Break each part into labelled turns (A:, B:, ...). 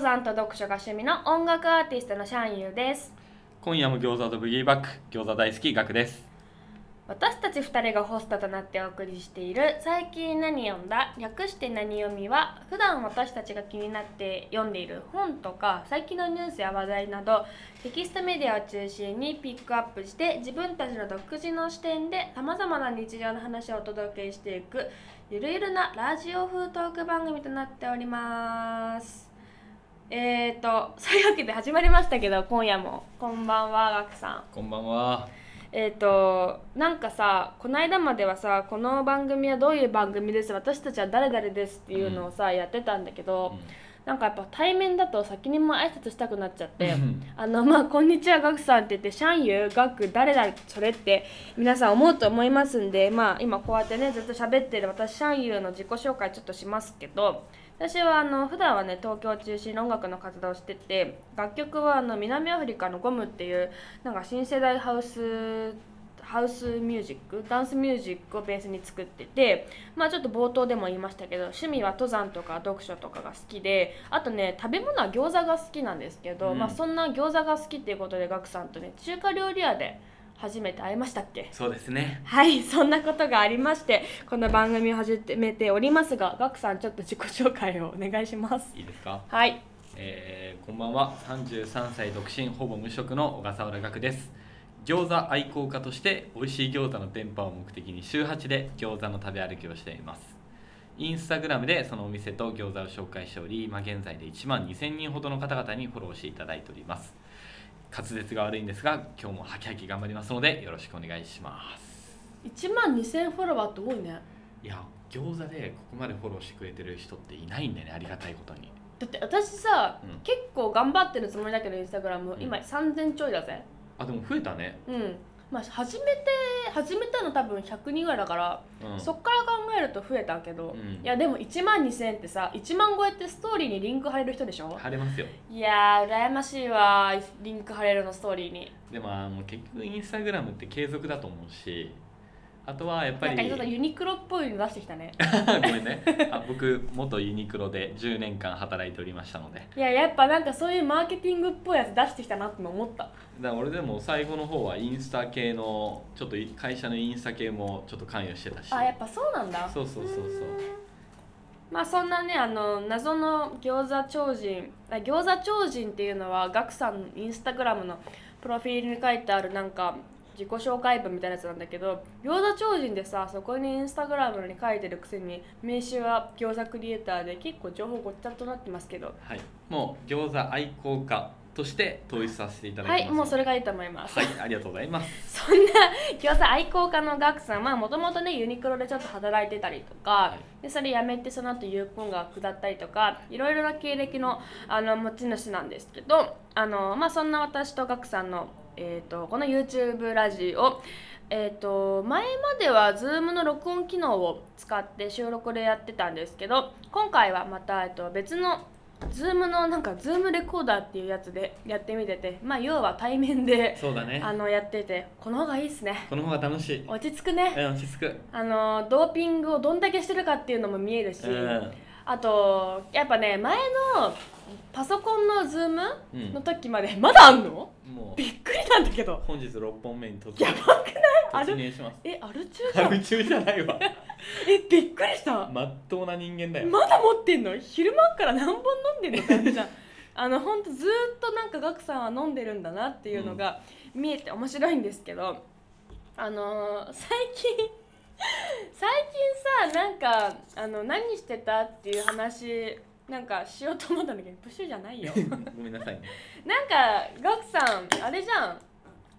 A: 山と読書が趣味の音楽アーティストのシャンユーです
B: 今夜も餃子とブギーバック餃子大好きガクです
A: 私たち2人がホストとなってお送りしている「最近何読んだ?」略して「何読みは」普段私たちが気になって読んでいる本とか最近のニュースや話題などテキストメディアを中心にピックアップして自分たちの独自の視点でさまざまな日常の話をお届けしていくゆるゆるなラジオ風トーク番組となっております。えーとそういうわけで始まりましたけど今夜もこんばんはガクさん。
B: こんばんは
A: えっ、となんかさこの間まではさこの番組はどういう番組です私たちは誰々ですっていうのをさ、やってたんだけど、なんかやっぱ対面だと先にもう挨拶したくなっちゃって
B: うん
A: 「あのまあこんにちはガクさん」って言って「シャンユーガク誰々それ」って皆さん思うと思いますんでまあ今こうやってねずっと喋ってる私シャンユーの自己紹介ちょっとしますけど私はあの普段はね東京を中心に音楽の活動をしてて楽曲はあの南アフリカのゴムっていうなんか新世代ハウスハウスミュージックダンスミュージックをベースに作っててまあちょっと冒頭でも言いましたけど趣味は登山とか読書とかが好きであとね食べ物は餃子が好きなんですけど、
B: うん
A: まあそんな餃子が好きっていうことでガクさんとね中華料理屋で初めて会いましたっけ
B: そうですね
A: はいそんなことがありましてこの番組を始めておりますがガクさんちょっと自己紹介をお願いします
B: いいですか
A: はい
B: えー、こんばんは33歳独身ほぼ無職の小笠原岳です餃子愛好家として美味しい餃子の電波を目的に週8で餃子の食べ歩きをしていますインスタグラムでそのお店と餃子を紹介しており今現在で1万2000人ほどの方々にフォローしていただいております滑舌が悪いんですが今日もハキハキ頑張りますのでよろしくお願いします
A: 1万2000フォロワーって多いね
B: いや餃子でここまでフォローしてくれてる人っていないんだよねありがたいことに
A: だって私さ、
B: うん
A: 結構頑張ってるつもりだけどインスタグラム
B: うん
A: 今3000ちょいだぜ
B: あでも増えたね
A: うんまあ始めて始めたの多分100人ぐらいだから、
B: うん
A: そっから考えると増えたけど、
B: うん
A: いやでも1万2000ってさ1万超えってストーリーにリンク貼れる人でしょ
B: 晴れますよ
A: いやー羨ましいわリンク貼れるのストーリーに
B: でもあの結局インスタグラムって継続だと思うしあとはやっぱ
A: な
B: り
A: んかちょっとユニクロっぽいの出してきたね
B: ごめんねあ僕元ユニクロで10年間働いておりましたので
A: いややっぱなんかそういうマーケティングっぽいやつ出してきたなって思った
B: だから俺でも最後の方はインスタ系のちょっと会社のインスタ系もちょっと関与してたし
A: あやっぱそうなんだ
B: そうそうそうそう
A: まあそんなねあの謎の餃子超人あ餃子超人っていうのはガクさんのインスタグラムのプロフィールに書いてあるなんか自己紹介文みたいなやつなんだけど餃子超人でさそこにインスタグラムに書いてるくせに名刺は餃子クリエイターで結構情報ごっちゃっとなってますけど
B: はいもう餃子愛好家として統一させていただき
A: は
B: ます
A: いもうそれ
B: が
A: がいいと思います、
B: はいありがとうございます
A: そんな餃子愛好家のガクさんはもともとねユニクロでちょっと働いてたりとか、
B: い
A: でそれ辞めてその後有効が下ったりとかいろいろな経歴のあの持ち主なんですけどあの、まあ、そんな私とガクさんの、えー、とこの YouTube ラジオえー、と前までは Zoom の録音機能を使って収録でやってたんですけど今回はまた、えー、と別の Zoom のなんか Zoom レコーダーっていうやつでやってみてて、まあ、要は対面で
B: そうだね
A: あのやっててこの方がいいですね
B: この方が楽しい
A: 落ち着くね
B: うん落ち着く
A: あのドーピングをどんだけしてるかっていうのも見えるし、
B: うん
A: あとやっぱね前のパソコンのズーム
B: うん
A: の時まで、まだあんの
B: もう
A: びっくりなんだけど
B: 本日6本目に突入
A: やばくないあ
B: 突
A: る
B: 入します
A: えアル中じゃ
B: ハ
A: ん
B: ル中じゃな いわ
A: えびっくりした
B: まっとうな人間だよ、
A: まだ持ってんの昼間から何本飲んでんのって感じ じゃんあのほんとずーっとなんかガクさんは飲んでるんだなっていうのが見えて面白いんですけどあのー最近 最近さなんかあの何してたっていう話なんかしようと思ったんだけどプッシュじゃ ないよ
B: ごめんなさいね
A: なんかガクさんあれじゃん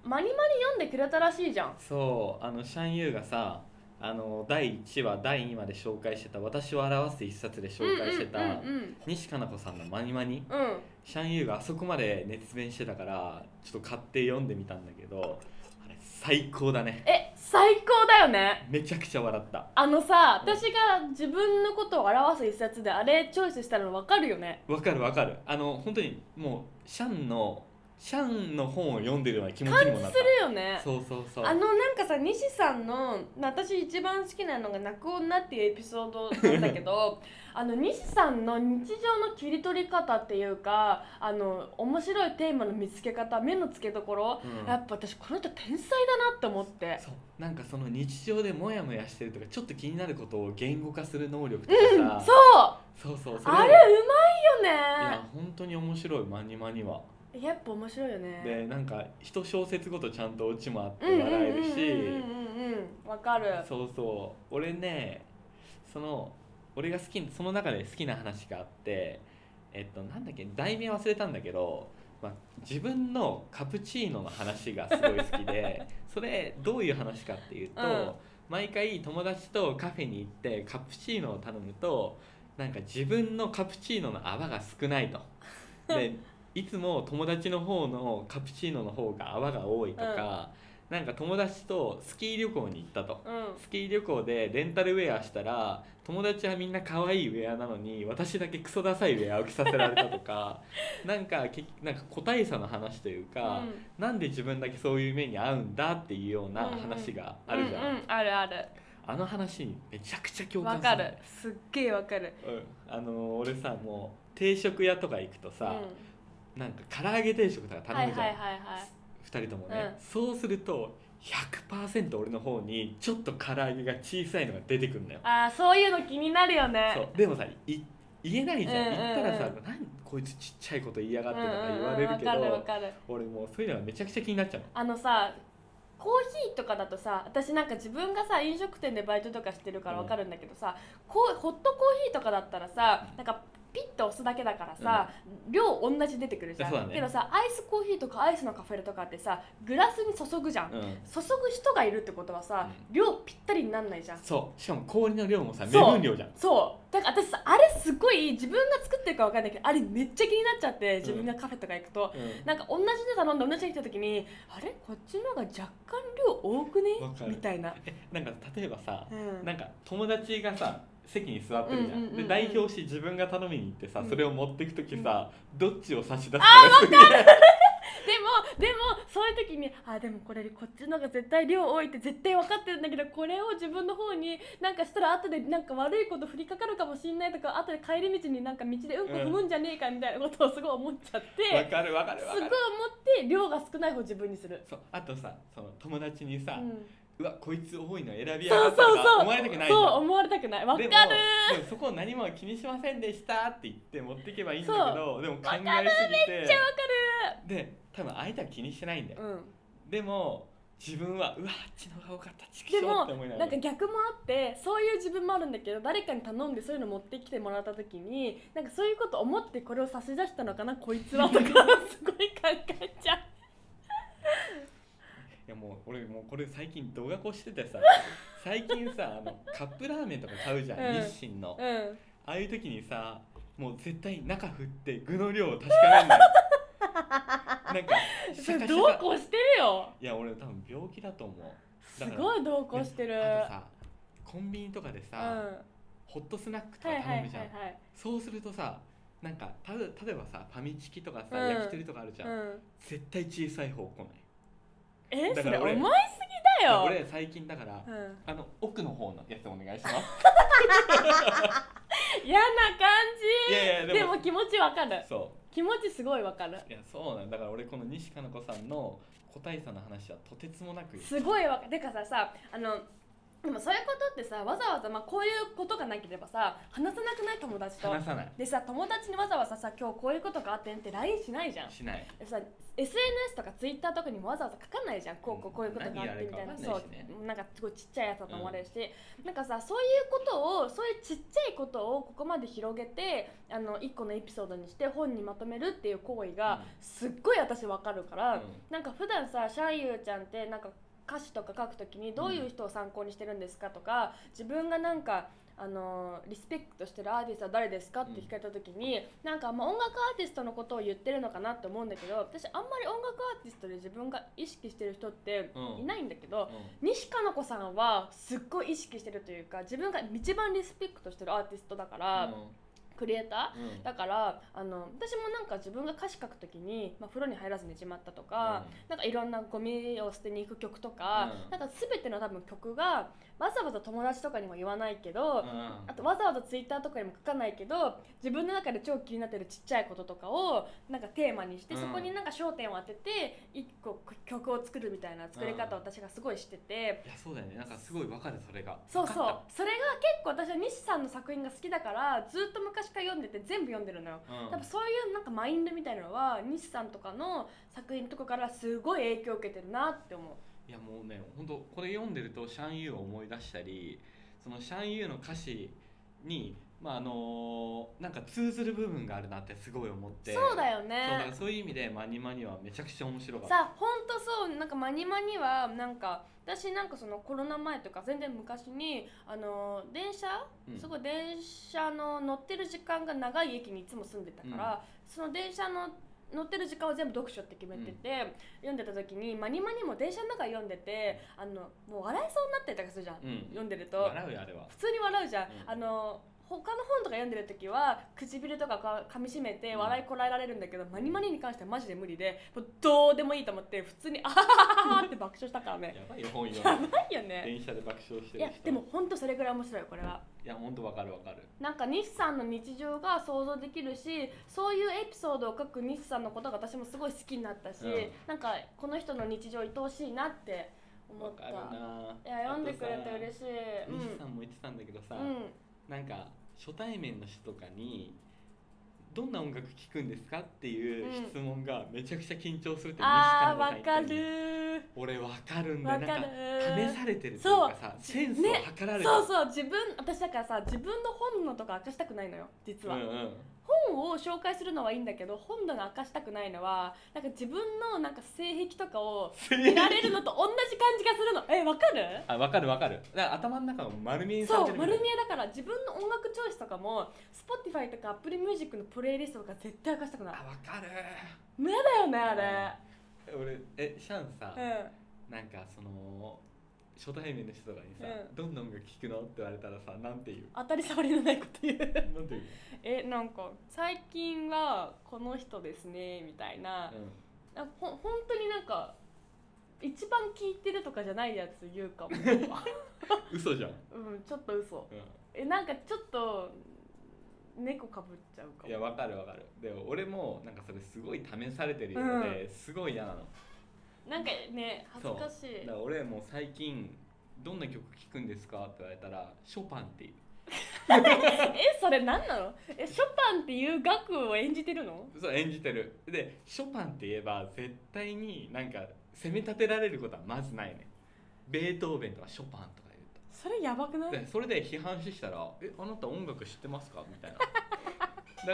A: マニマニ読んでくれたらしいじゃん
B: そうあのシャンユーがさあの第1話第2話で紹介してた「私を表す一冊」で紹介してた、
A: うんうん
B: 西加奈子さんの「マニマニ
A: うんうん、うん」
B: シャンユーがあそこまで熱弁してたからちょっと買って読んでみたんだけどあれ最高だね
A: え最高だよね
B: めちゃくちゃ笑った
A: あのさ
B: うん
A: 私が自分のことを表す一冊であれチョイスしたの分かるよね
B: わかるわかるあの本当にもうシャンのシャンの本を読んでるような気持ちにもなった
A: するよね
B: そうそうそう
A: あのなんかさ西さんの私一番好きなのが「泣く女」っていうエピソードなんだけ どあの西さんの日常の切り取り方っていうかあの面白いテーマの見つけ方目のつけどころ、
B: うん
A: やっぱ私この人天才だなって思って
B: そうなんかその日常でモヤモヤしてるとかちょっと気になることを言語化する能力とか
A: そ
B: さ、
A: う
B: そうそうそ
A: あれ
B: いう
A: まいよ
B: や本当に面白いマニマニは
A: ねやっぱ面白いよね
B: でなんか一小節ごとちゃんとオチもあって
A: うんうんうんうん
B: 笑え
A: う
B: る
A: ん
B: し
A: うんうんわかる
B: そうそう俺ねその俺が好きその中で好きな話があってえっとなんだっけ題名忘れたんだけど、まあ、自分のカプチーノの話がすごい好きでそれどういう話かっていうと、
A: うん
B: 毎回友達とカフェに行ってカプチーノを頼むとなんか自分のカプチーノの泡が少ないと。でいつも友達の方のカプチーノの方が泡が多いとか、なんか友達とスキー旅行に行ったと。
A: うん
B: スキー旅行でレンタルウェアしたら友達はみんな可愛いウェアなのに私だけクソダサいウェアを着させられたと かなんかけなんか個体差の話というか、なんで自分だけそういう目に遭うんだっていうような話があるじゃん、
A: うんうんあるある
B: あの話にめちゃくちゃ共感
A: わ
B: する
A: かるすっげえわかる
B: うん、あの俺さもう定食屋とか行くとさ、なんか唐揚げ定食とか
A: うんはい
B: 頼むじゃん、
A: はいはいはい
B: 2人ともね、
A: うん
B: そうすると100%俺の方にちょっと唐揚げが小さいのが出てくるのよ
A: ああそういうの気になるよね
B: そうでもさい言えないじゃん
A: うんうんうん
B: 言ったらさ「何こいつちっちゃいこと言いやがっ
A: うん
B: て」
A: う
B: と
A: んう
B: か言
A: ん
B: われる
A: わ
B: け
A: かるわ
B: ど
A: かる
B: 俺もうそういうのがめちゃくちゃ気になっちゃうの
A: あのさコーヒーとかだとさ私なんか自分がさ飲食店でバイトとかしてるからわかるんだけどさ、こうホットコーヒーとかだったらさなんかピッと押すだけだからさ、量同じ出てくるじゃ
B: そうだ
A: ん、
B: ね
A: けどさアイスコーヒーとかアイスのカフェラテとかってさグラスに注ぐじゃん、
B: うん
A: 注ぐ人がいるってことはさ、
B: う
A: 量ぴったりになんないじゃん
B: そうしかも氷の量もさ目
A: そう
B: 分量じゃん
A: そうだから私さあれすごい自分が作ってるかわかんないけどあれめっちゃ気になっちゃって自分がカフェとか行くと、
B: う
A: なんか同じで頼んで同じで来た時にあれこっちの方が若干量多くね
B: わかる
A: みたい な、
B: んなんか例えばさ
A: うん、
B: なんか友達がさ席に座ってるじゃ
A: うんうんうん
B: ん
A: うん
B: で代表して自分が頼みに行ってさ
A: うん
B: それを持ってく時さどっちを差し出すかがすげえ
A: でもでもそういう時にあでもこれこっちの方が絶対量多いって絶対分かってるんだけどこれを自分の方になんかしたら後でなんか悪いこと降りかかるかもしんないとか後で帰り道になんか道でうんこ踏むんじゃねえかみたいなことをすごい思っちゃって、
B: わかるわか
A: す
B: る
A: ご
B: わ
A: い思
B: かる
A: って量が少ない方自分にする。
B: そうあとさその友達に
A: う
B: さ
A: ん、
B: 「うわこいつ多いの選びや
A: そ
B: が
A: う
B: った
A: そう
B: とか
A: そう
B: 思われたくないじ
A: そ
B: ゃ
A: うん思われたくないわかる
B: でもでもそこを何も気にしませんでしたって言って持っていけばいいんだけどでも考えすぎて
A: めっちゃわ
B: で多分相手は気にしてないんだよ
A: か、る、うん
B: でも自分はうわあっちの方が多かったちくし
A: で
B: ょう
A: も
B: って思いなが
A: な
B: ら
A: んか逆もあってそういう自分もあるんだけど誰かに頼んでそういうの持ってきてもらった時になんかそういうこと思ってこれを差し出したのかなこいつはとかすごい考えちゃう
B: いやもう俺もうこれ最近動画こしててさ最近さあのカップラーメンとか買うじゃん、
A: うん
B: 日清の、あ
A: うん
B: あいう時にさもう絶対中振って具の量を確かめ んだよなんか
A: それ
B: シャカシャカ
A: どうこうしてるよ
B: いや俺多分病気だと思う
A: す
B: だから
A: ごいどうこうしてる、
B: あとさコンビニとかで
A: う
B: さ
A: ん、、は
B: ホットスナック
A: い
B: と
A: は
B: か
A: いはいは
B: 頼むじゃん、
A: い
B: そうするとさなんかた例えばさファミチキとかさ、
A: うん
B: 焼き鳥とかあるじゃん、
A: うん
B: 絶対小さい方来ない
A: え
B: だ
A: そ
B: か
A: れ
B: ら俺
A: 思いすぎだよ
B: 俺最近だから、
A: うん、
B: あの奥の方のやつお願いし ます
A: 嫌な感
B: いや
A: じ
B: いや
A: で
B: でも
A: も気持ちわかる
B: そ
A: 気持ちすごいわかる
B: ういやそうなんだから俺この西加奈子さんの個体差の話はとてつもなく
A: すごいわかてかささあのでもそういうことってさわざわざ、まあ、こういうことがなければさ話さなくない友達と
B: 話さない
A: でさ友達にわざわざさ今日こういうことがあってんって LINE しないじゃん
B: しない
A: でさ SNS とか Twitter とかにもわざわざ書かないじゃんこうこうこういうことがあってみたいな
B: 何や
A: そ
B: るかわ
A: う
B: かんないしね
A: なんかすごいちっちゃいやつだと思われるし、なんかさそういうことをそういうちっちゃいことをここまで広げてあの一個のエピソードにして本にまとめるっていう行為がすっごい私わかるから、
B: うん
A: なんか普段さシャンユーちゃんってなんか歌詞とか書くときにどういう人を参考にしてるんですかとか、自分がなんかあのーリスペクトしてるアーティストは誰ですかって聞かれたときに、なんかまあ音楽アーティストのことを言ってるのかなって思うんだけど私あんまり音楽アーティストで自分が意識してる人って
B: うん
A: いないんだけど、
B: うん
A: 西加奈子さんはすっごい意識してるというか自分が一番リスペクトしてるアーティストだから、
B: うん
A: クリエイター、
B: うん
A: だからあの私もなんか自分が歌詞書くときに、まあ、風呂に入らず寝ちまったとか、
B: う
A: なんかいろんなゴミを捨てに行く曲とか、
B: うん
A: なんか全ての多分曲がわざわざ友達とかにも言わないけど、
B: うん
A: あとわざわざツイッターとかにも書かないけど自分の中で超気になってるちっちゃいこととかをなんかテーマにして、
B: うん
A: そこになんか焦点を当てて一個曲を作るみたいな作り方を私がすごいしてて、
B: いやそうだよねなんかすごいわかるそれが
A: そうそ
B: わ
A: う
B: か
A: それが結構私は西さんの作品が好きだからずっと昔から読んでて全部読んでるのよ。
B: ったうん
A: 多分そういうなんかマインドみたいなのは西さんとかの作品とかからすごい影響を受けてるなって思う。
B: いやもうね本当これ読んでるとシャンユーを思い出したりそのシャンユーの歌詞にまああのなんか通ずる部分があるなってすごい思って
A: そうだよ
B: そうだから
A: ね。
B: そういう意味で「マニマニ」はめちゃくちゃ面白かった
A: さあほんとそうなんかマニマにはなんか私なんかそのコロナ前とか全然昔にあのー電車、
B: うん
A: すごい電車の乗ってる時間が長い駅にいつも住んでたから、その電車の乗ってる時間を全部読書って決めてて、読んでた時にマニマニも電車の中読んでてあのもう笑いそうになったりとかするじゃん、
B: うん
A: 読んでると。
B: 笑うよあれは
A: 普通に笑うじゃん、
B: うん
A: あの他の本とか読んでる時は唇とかか噛みしめて
B: うん
A: 笑いこらえられるんだけど、マニマニに関してはマジで無理でもうどうでもいいと思って普通に「あははは は」って爆笑したからね
B: やばいよ本
A: や
B: 読む
A: ばいよね
B: 電車で爆笑して
A: い
B: る
A: や
B: 人
A: でもほんとそれぐらい面白いこれは、
B: いや本当わかるわかる
A: なんか西さんの日常が想像できるしそういうエピソードを書く西さんのことが私もすごい好きになったし、
B: うん
A: なんかこの人の日常愛おしいなって思
B: わ
A: っ
B: か
A: た
B: るない
A: や読んでくれて嬉
B: しい
A: しいうん
B: 西さんも言ってたんだけどさ、
A: うん
B: なんか初対面の人とかに「どんな音楽聴くんですか?」っていう質問がめちゃくちゃ緊張するって西
A: あ
B: 川
A: ー
B: さん
A: わ
B: 言
A: か
B: って
A: る
B: たよね俺わかるんだよ
A: わ
B: なん
A: かる
B: か試されてるっていうかさセンスを
A: ね
B: 測られてる、
A: そうそう自分私だからさ自分の本のとか明かしたくないのよ実は、
B: うんうん
A: 本を紹介するのはいいんだけど本のが明かしたくないのはなんか自分のなんか性癖とかを見られるのと同じ感じがするのえわかる
B: あわかるわかるだから頭の中を丸見えにされ
A: そ
B: て
A: う
B: る
A: 丸見えだから自分の音楽チョイスとかも Spotify とか Apple Music のプレイリストとか絶対明かしたくない
B: あわかる
A: 無駄だよねあ
B: 俺えシャンさ、
A: れうん
B: なんかその初対面の人とかにさ、
A: うん
B: どんな音楽聴くの?」って言われたらさなんて言う
A: 当たり障りのないこと言う
B: なんて言う、
A: えなんか最近はこの人ですねみたいな、
B: うん
A: あほ本当になんか一番聞いてるとかじゃないやつ言うかも、
B: 嘘じゃん、
A: うん、ちょっと嘘
B: うん
A: えなんかちょっと猫かぶっちゃうか
B: いや
A: も
B: わかるわかるでも俺もなんかそれすごい試されてるようで、すごい嫌なの
A: なんかね恥ずかし
B: だ
A: い
B: から俺もう最近どんな曲聴くんですかって言われたらショパンっていう
A: えそれ何なのえショパンっていう楽を演じてるの
B: そう演じてるでショパンって言えば絶対になんか責め立てられることはまずないねベートーベンとかショパンとか言う
A: それやばくな
B: と
A: い
B: でそれで批判してきたら「えあなた音楽知ってますか?」みたいな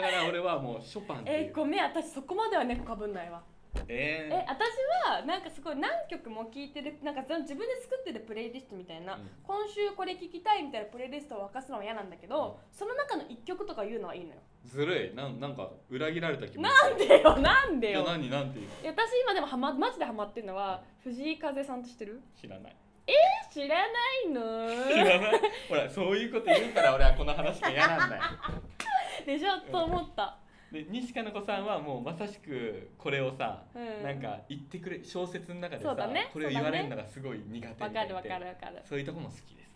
B: だから俺はもうショパンってい
A: え
B: う
A: ごめん私そこまでは猫かぶんないわ
B: えー
A: え私はなんかすごい何曲も聴いてるなんかその自分で作ってるプレイリストみたいな、
B: うん
A: 今週これ聴きたいみたいなプレイリストを沸かすのは嫌なんだけど、その中の1曲とか言うのはいいのよ
B: ずるいなんなんか裏切られた気持ち
A: なんでよなんで
B: いや
A: よ
B: 何なんて言うの
A: いや私今でもハママジでハマってるのは藤井風さんと知ってる
B: 知らない
A: え知らないの
B: 知らないほらそういうこと言うから俺はこの話が嫌なんだよ
A: でしょと思った
B: で西加奈子さんはもうまさしくこれをさ、
A: うん
B: なんか言ってくれ小説の中で
A: そ
B: さ、
A: うだね
B: これを言われるのがすごい苦手みたいで
A: わかるわかるわかる
B: そういうとこも好きです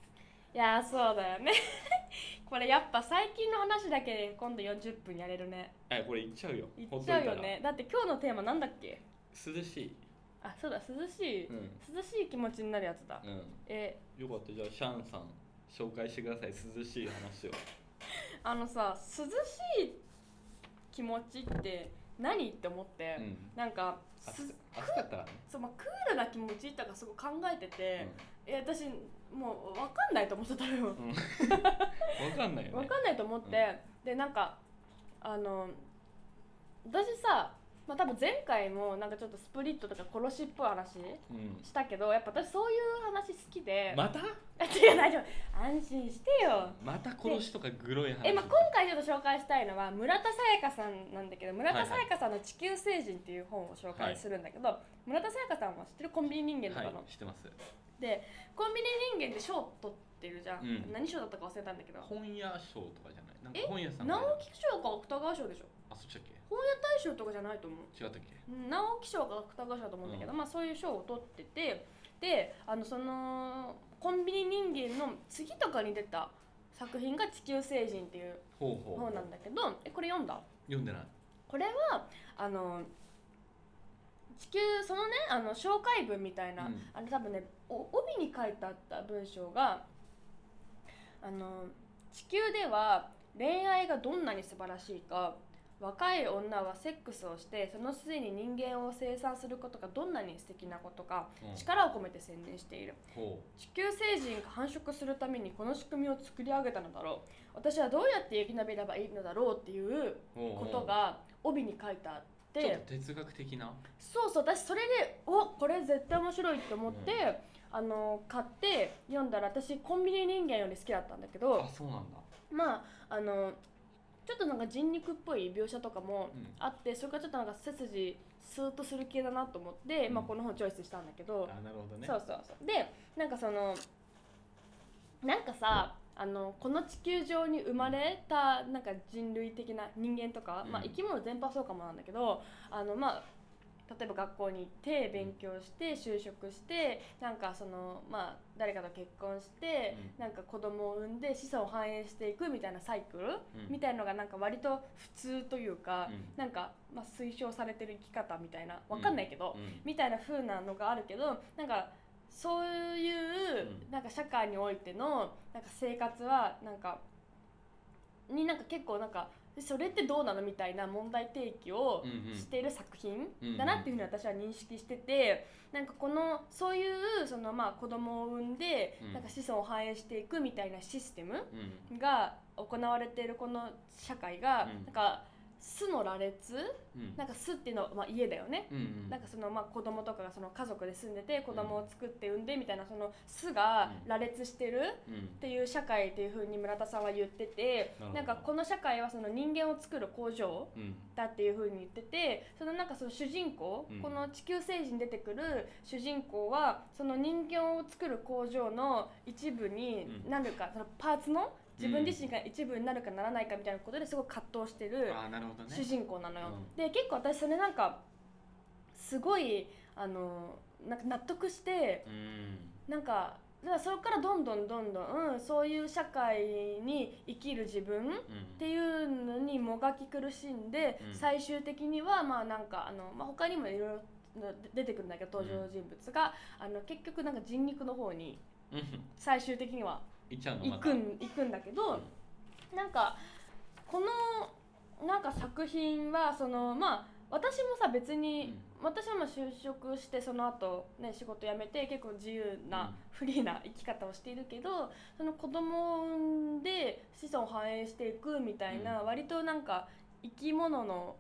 A: いやーそうだよね これやっぱ最近の話だけで今度40分やれるね
B: あこれ言っちゃうよ
A: いっちゃうよ
B: ほ
A: ねだって今日のテーマなんだっけ
B: といたら涼しい
A: あそうだ涼しい、
B: うん
A: 涼しい気持ちになるやつだ、
B: うん
A: え
B: よかったじゃあシャンさん紹介してください涼しい話を
A: あのさ涼しい気持ちって何って思って、
B: うん
A: なんかす
B: 暑暑かったらね、
A: そう、まあ、クールな気持ちとかすごい考えて
B: う
A: て
B: ん、
A: え私もう分かんないと思ってたよ、
B: んわか んないよね
A: 分かんないと思って、でなんかあの私さ、まあ、多分前回もなんかちょっとスプリットとか殺しっぽい話
B: うん
A: したけどやっぱ私そういう話好きで、
B: また
A: 違う大丈夫安心してよ
B: また殺しとかグロい話
A: え、まあ、今回ちょっと紹介したいのは村田沙耶香さんなんだけど村田沙耶香さんの「地球星人」っていう本を紹介するんだけど、村田沙耶香さんは知ってるコンビニ人間とかの、
B: はい知ってます
A: でコンビニ人間で賞取ってるじゃん、
B: うん
A: 何賞だったか忘れたんだけど
B: 本屋賞とかじゃないなんか
A: え
B: 本屋さんが
A: 直木賞か芥川賞でしょ
B: あそっちだっけ
A: 本屋大賞とかじゃないと思う
B: 違ったっけ
A: うん直木賞か芥川賞だと思うんだけど、まあそういう賞を取っててであのそのコンビニ人間の次とかに出た作品が「地球星人」っていう
B: ほうほう
A: 本なんだけどえこれ読んだ
B: 読んでない
A: これはあの地球そのねあの紹介文みたいな、
B: うん
A: あれ多分ねお帯に書いてあった文章があの地球では恋愛がどんなに素晴らしいか若い女はセックスをしてその末に人間を生産することがどんなに素敵なことか
B: うん
A: 力を込めて宣伝している
B: ほ
A: 地球星人が繁殖するためにこの仕組みを作り上げたのだろう私はどうやって生き延びればいいのだろうっていう
B: うほうほ
A: こ
B: う
A: とが帯に書いてあっ
B: ちょっと
A: て
B: 哲学的な
A: そうそう私それでおこれ絶対面白いって思って、あの買って読んだら私コンビニ人間より好きだったんだけ
B: あ
A: ど
B: そうなんだ
A: まああのちょっとなんか人肉っぽい描写とかも
B: うん
A: あって、それからちょっとなんか背筋スーッとする系だなと思って、まあ、
B: うん
A: この本チョイスしたんだけど、
B: あなるほどね
A: そうそうそうでなんかそのなんかさあのこの地球上に生まれたなんか人類的な人間とか、
B: うん
A: まあ、生き物全般そうかもなんだけどあの、まあ、例えば学校に行って勉強して就職してなんかその、まあ、誰かと結婚して、
B: うん
A: なんか子供を産んで子孫を繁栄していくみたいなサイクル、
B: うん
A: みたいのがなんか割と普通というか、
B: うん
A: なんか、まあ、推奨されてる生き方みたいなわかんないけど、
B: うんうん
A: みたいな風なのがあるけどなんかそういう、
B: うん
A: なんか社会においてのなんか生活はなんかになんか結構なんかそれってどうなのみたいな問題提起を
B: うんうん
A: している作品
B: うんうん
A: だなっていうふうに私は認識しててなんかこのそういうそのまあ子供を産んで
B: うん
A: なんか子孫を繁栄していくみたいなシステム
B: うん
A: が行われているこの社会が
B: うん
A: なんか巣の羅列
B: うん
A: なんか巣っていうのはまあ家だよね
B: うんうん
A: なんかそのまあ子供とかがその家族で住んでて子供を作って産んでみたいなその巣が
B: うん
A: 羅列してる
B: うん
A: っていう社会っていうふうに村田さんは言ってて
B: なるほど
A: なんかこの社会はその人間を作る工場
B: うん
A: だっていうふうに言っててそのなんかその主人公、
B: うん
A: この地球星人に出てくる主人公はその人間を作る工場の一部になるか、そのパーツの自分自身が一部になるかならないかみたいなことですごく葛藤してる。
B: あーなるほどね
A: 主人公なのよ、
B: うん
A: で結構私それなんかすごいあのなんか納得して
B: うん
A: なんかだからそれからどんどんどんどん、うんそういう社会に生きる自分っ
B: うん
A: ていうのにもがき苦しんで、
B: うん
A: 最終的にはまあなんかあの、まあ、他にもいろいろ。出てくるんだけど登場人物が、あの結局なんか人肉の方に
B: うん
A: 最終的には
B: 行っちゃうの
A: 行
B: ま
A: く
B: た
A: ん行くんだけど、なんかこのなんか作品はそのまあ私もさ別に、私はまあ就職してその後ね仕事辞めて結構自由な、フリーな生き方をしているけどその子供を産んで子孫を繁栄していくみたいな、
B: うん
A: 割となんか生き物の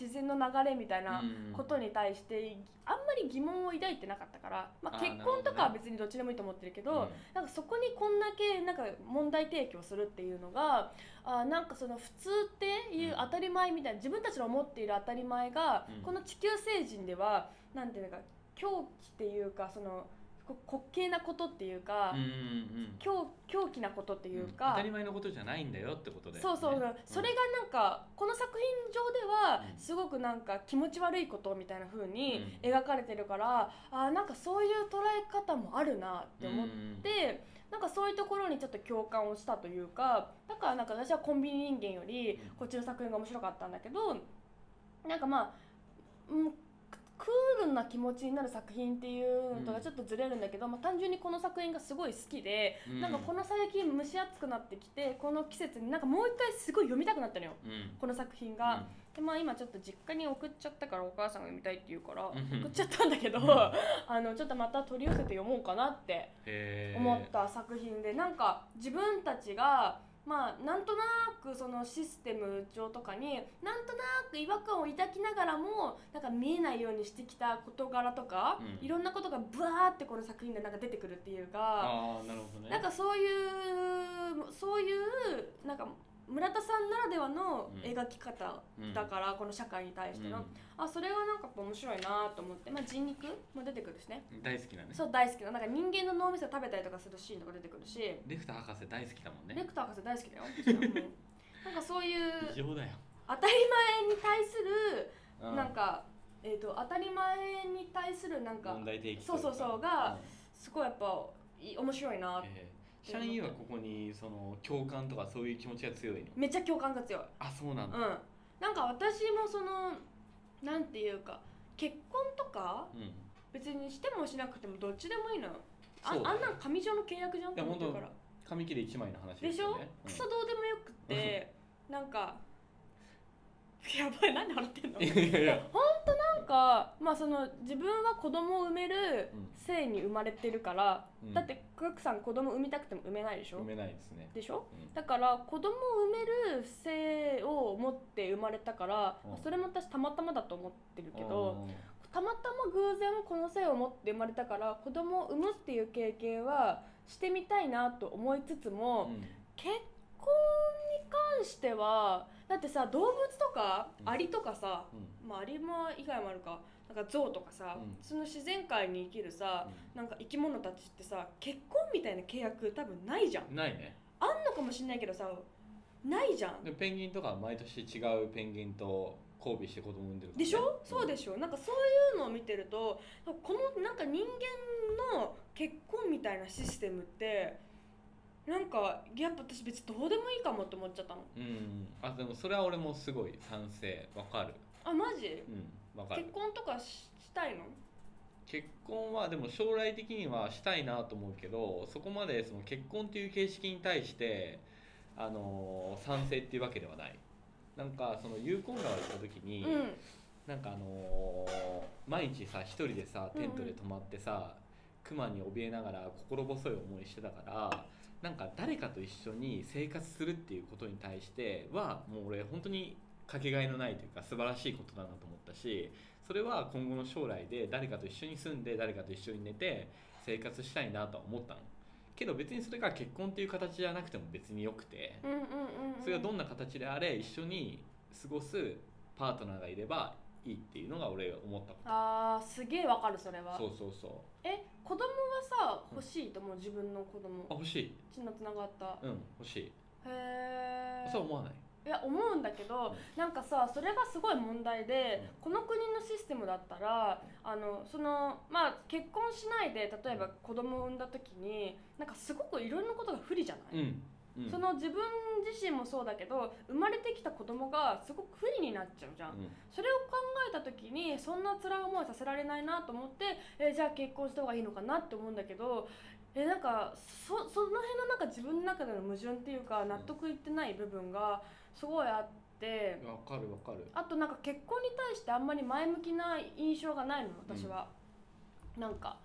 A: 自然の流れみたいな
B: うん
A: ことに対してあんまり疑問を抱いてなかったから、まあ、
B: あー
A: 結婚とかは別にどっちでもいいと思ってるけど
B: うん
A: なんかそこにこんだけなんか問題提起をするっていうのがあーなんかその普通っていう当たり前みたいな自分たちの思っている当たり前が、
B: うん
A: この地球星人ではなんていうのか狂気っていうかそのこ滑稽なことっていうか、
B: うんうんうん
A: 狂狂気なことっていう
B: うん
A: か
B: 当、たり前のことじゃないんだよってことで
A: そうそうそう、それがなんかこの作品上では
B: うん
A: すごくなんか気持ち悪いことみたいな風に
B: う
A: 描かれてるから、あーなんかそういう捉え方もあるなって思って、なんかそういうところにちょっと共感をしたというかだからなんか私はコンビニ人間より
B: うん
A: こっちの作品が面白かったんだけどなんかまあ、うんクールな気持ちになる作品っていうのとはちょっとずれるんだけど、まあ、単純にこの作品がすごい好きで、
B: うん
A: なんかこの最近蒸し暑くなってきてこの季節になんかもう一回すごい読みたくなったのよ
B: うん
A: この作品が、でまあ今ちょっと実家に送っちゃったからお母さんが読みたいって言うから
B: ん
A: 送っちゃったんだけど
B: うん
A: あのちょっとまた取り寄せて読もうかなって
B: へー
A: 思った作品でなんか自分たちがまあなんとなくそのシステム上とかになんとなく違和感を抱きながらもなんか見えないようにしてきた事柄とか、
B: うん
A: いろんなことがブワーってこの作品でなんか出てくるっていうか
B: ああなるほどね
A: なんかそういうそういうなんか村田さんならではの
B: うん
A: 描き方だから、この社会に対しての、あそれはなんかこう面白いなと思って、まあ、人肉も出てくるしね
B: うん大好きだね
A: そう大好きななんか人間の脳みそ食べたりとかするシーンとか出てくるし、
B: レフター博士大好きだもん
A: レ
B: ね
A: クター博士大好きだよ私は もうなんかそういう
B: 異常だよ
A: 当たり前に対する、
B: う
A: なんか、えー、と当たり前に対するなんか
B: 問題提起
A: そうそうそうが
B: ん
A: すごいやっぱい面白いなって
B: えーシャインはここにその共感とかそういう気持ちが強いの
A: めっちゃ共感が強い
B: あそうな
A: うんん
B: だ、
A: なんか私もそのなんていうか結婚とか
B: うんい
A: 別にしてもしなくてもどっちでもいいのよあ
B: そうだ
A: あ
B: ね
A: んなん紙上の契約じゃんと
B: や
A: 思っ
B: 本
A: てるか
B: 当
A: ら
B: 紙切れ一枚の話
A: で
B: で
A: し
B: すよ
A: ょ、
B: ねうん
A: クソどうでもよくってなんかやばいなんで笑ってんの
B: いやいや
A: なんかまあその自分は子供を産める性に生まれてるから、
B: う ん
A: だってクックさん子供産みたくても産めないでしょ
B: 読めないですね、
A: でしょ
B: うん
A: だから子供を産める性を持って生まれたから、
B: うん
A: まあそれも私たまたまだと思ってるけど、たまたま偶然この性を持って生まれたから子供を産むっていう経験はしてみたいなと思いつつ
B: う
A: も、
B: ん
A: 結婚に関してはだってさ動物とか
B: うん
A: アリとかさ、
B: うん
A: まあ、アリも以外もあるかなんか象とかさ、
B: うん
A: その自然界に生きるさなんか生き物たちってさ結婚みたいな契約多分ないじゃん
B: うんないね
A: あんのかもしんないけどさないじゃん
B: でペンギンとかは毎年違うペンギンと交尾して子供産んでるから
A: で
B: ね、
A: しょそうで
B: し
A: しょなんかそういうのを見てるとこのなんか人間の結婚みたいなシステムってなんかやっぱ私別にどうでもいいかもって思っちゃったの
B: うんうんあでもそれは俺もすごい賛成わかる
A: あマジ
B: うんわか
A: 結
B: る
A: 婚とかししたいの
B: 結婚はでも将来的にはしたいなと思うけどそこまでその結婚っていう形式に対してあのー賛成っていうわけではないなんかその有婚川行った時に、
A: うん
B: なんかあのー毎日さ一人でさテントで泊まってさ、熊に怯えながら心細い思いしてたからなんか誰かと一緒に生活するっていうことに対してはもう俺本当にかけがえのないというか素晴らしいことだなと思ったしそれは今後の将来で誰かと一緒に住んで誰かと一緒に寝て生活したいなとは思ったのけど別にそれが結婚っていう形じゃなくても別によくて、
A: うんうんうんうん
B: それがどんな形であれ一緒に過ごすパートナーがいればいいっていうのが俺が思ったこ
A: あーすげえわかるそれ
B: と
A: は
B: そうそうそ
A: え子供はさ欲しいと思う自分の子供
B: うあ欲しい
A: 血のつながった
B: うん欲しい
A: へえ
B: そう思わない
A: いや思うんだけどなんかさそれがすごい問題で
B: う
A: この国のシステムだったらあのそのまあ結婚しないで例えば子供を産んだ時になんかすごくいろんなことが不利じゃない、
B: うん、うん、
A: その自分自身もそうだけど生まれてきた子供がすごく不利になっちゃうじゃん、
B: うん
A: それを考えた時にそんな辛い思いさせられないなと思って、えーじゃあ結婚した方がいいのかなって思うんだけど、えーなんかそその辺のなんか自分の中での矛盾っていうか納得いってない部分がすごいあって、
B: わかるわかる
A: あとなんか結婚に対してあんまり前向きな印象がないの私は、なんか